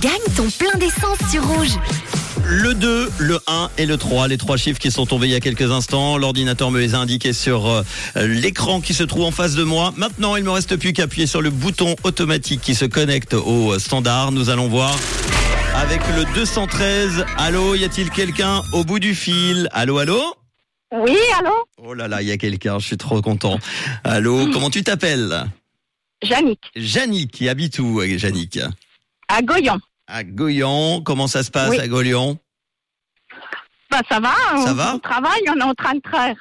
Gagne ton plein d'essence sur rouge. le 2, le 1 et le 3, les trois chiffres qui sont tombés il y a quelques instants. L'ordinateur me les a indiqués sur euh, l'écran qui se trouve en face de moi. Maintenant, il ne me reste plus qu'à appuyer sur le bouton automatique qui se connecte au standard. Nous allons voir avec le 213. Allô, y a-t-il quelqu'un au bout du fil Allô, allô Oui, allô Oh là là, il y a quelqu'un, je suis trop content. Allô, comment tu t'appelles Yannick, Yannick, qui habite où, euh, Yannick à Goyon. À Goyon, comment ça se passe Oui. à Goyon Bah, ça va, Ça on, va on travaille, on est en train de traire.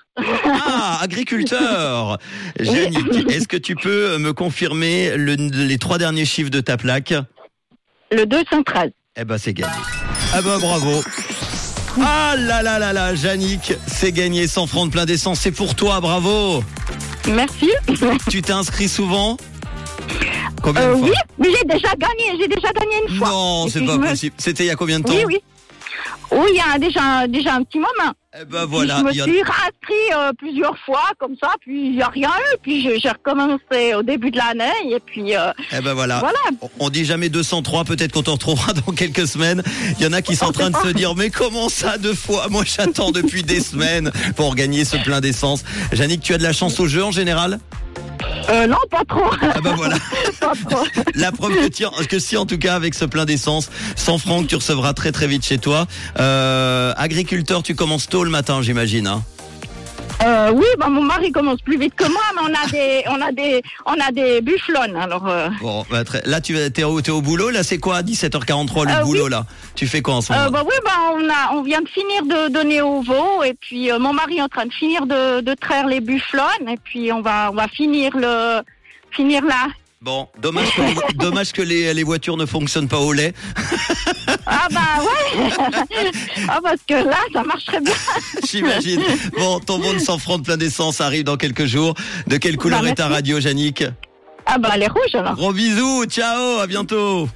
Ah, agriculteur Yannick, est-ce que tu peux me confirmer le- les trois derniers chiffres de ta plaque Le 213. Eh ben, c'est gagné. Ah ben, bravo Ah là là là là, Yannick, c'est gagné 100 francs de plein d'essence, c'est pour toi, bravo Merci. Tu t'inscris souvent Combien Euh, de fois oui, mais j'ai déjà gagné, j'ai déjà gagné une fois. Non, Et c'est puis pas je me- possible. C'était il y a combien de temps Oui, oui. Oui, il y a déjà, déjà un petit moment. Eh ben Puis voilà, je me il y en- suis réinscrit euh, plusieurs fois comme ça, puis il n'y a rien eu. Puis je- j'ai recommencé au début de l'année, et puis euh, eh ben voilà. voilà. On- On dit jamais 203, peut-être qu'on te retrouvera dans quelques semaines. Il y en a qui sont en train de se dire, mais comment ça deux fois Moi j'attends depuis des semaines pour gagner ce plein d'essence. Yannick, tu as de la chance au jeu en général Euh, non, pas trop. Ah bah voilà, pas trop. la preuve que, tu- que si en tout cas avec ce plein d'essence, 100 francs que tu recevras très très vite chez toi. Euh, agriculteur, tu commences tôt le matin j'imagine. hein Euh, oui, bah, mon mari commence plus vite que moi, mais on a des, on a des, on a des bufflonnes. Alors, euh, bon, bah, très- là tu es au, t'es au boulot, là c'est quoi 17h43 le Euh, oui. boulot là Tu fais quoi en ce moment Euh, bah oui, bah on a, on vient de finir de donner au veau et puis euh, mon mari est en train de finir de, de traire les bufflonnes et puis on va, on va finir le, finir là. Bon, dommage que, les, dommage que les, les voitures ne fonctionnent pas au lait. Ah bah ouais. ah parce que là, ça marcherait bien. J'imagine. Bon, ton monde sans francs de plein d'essence arrive dans quelques jours. De quelle couleur Bah, est ta radio, Yannick Ah bah les rouges alors. Gros bisous, ciao, à bientôt.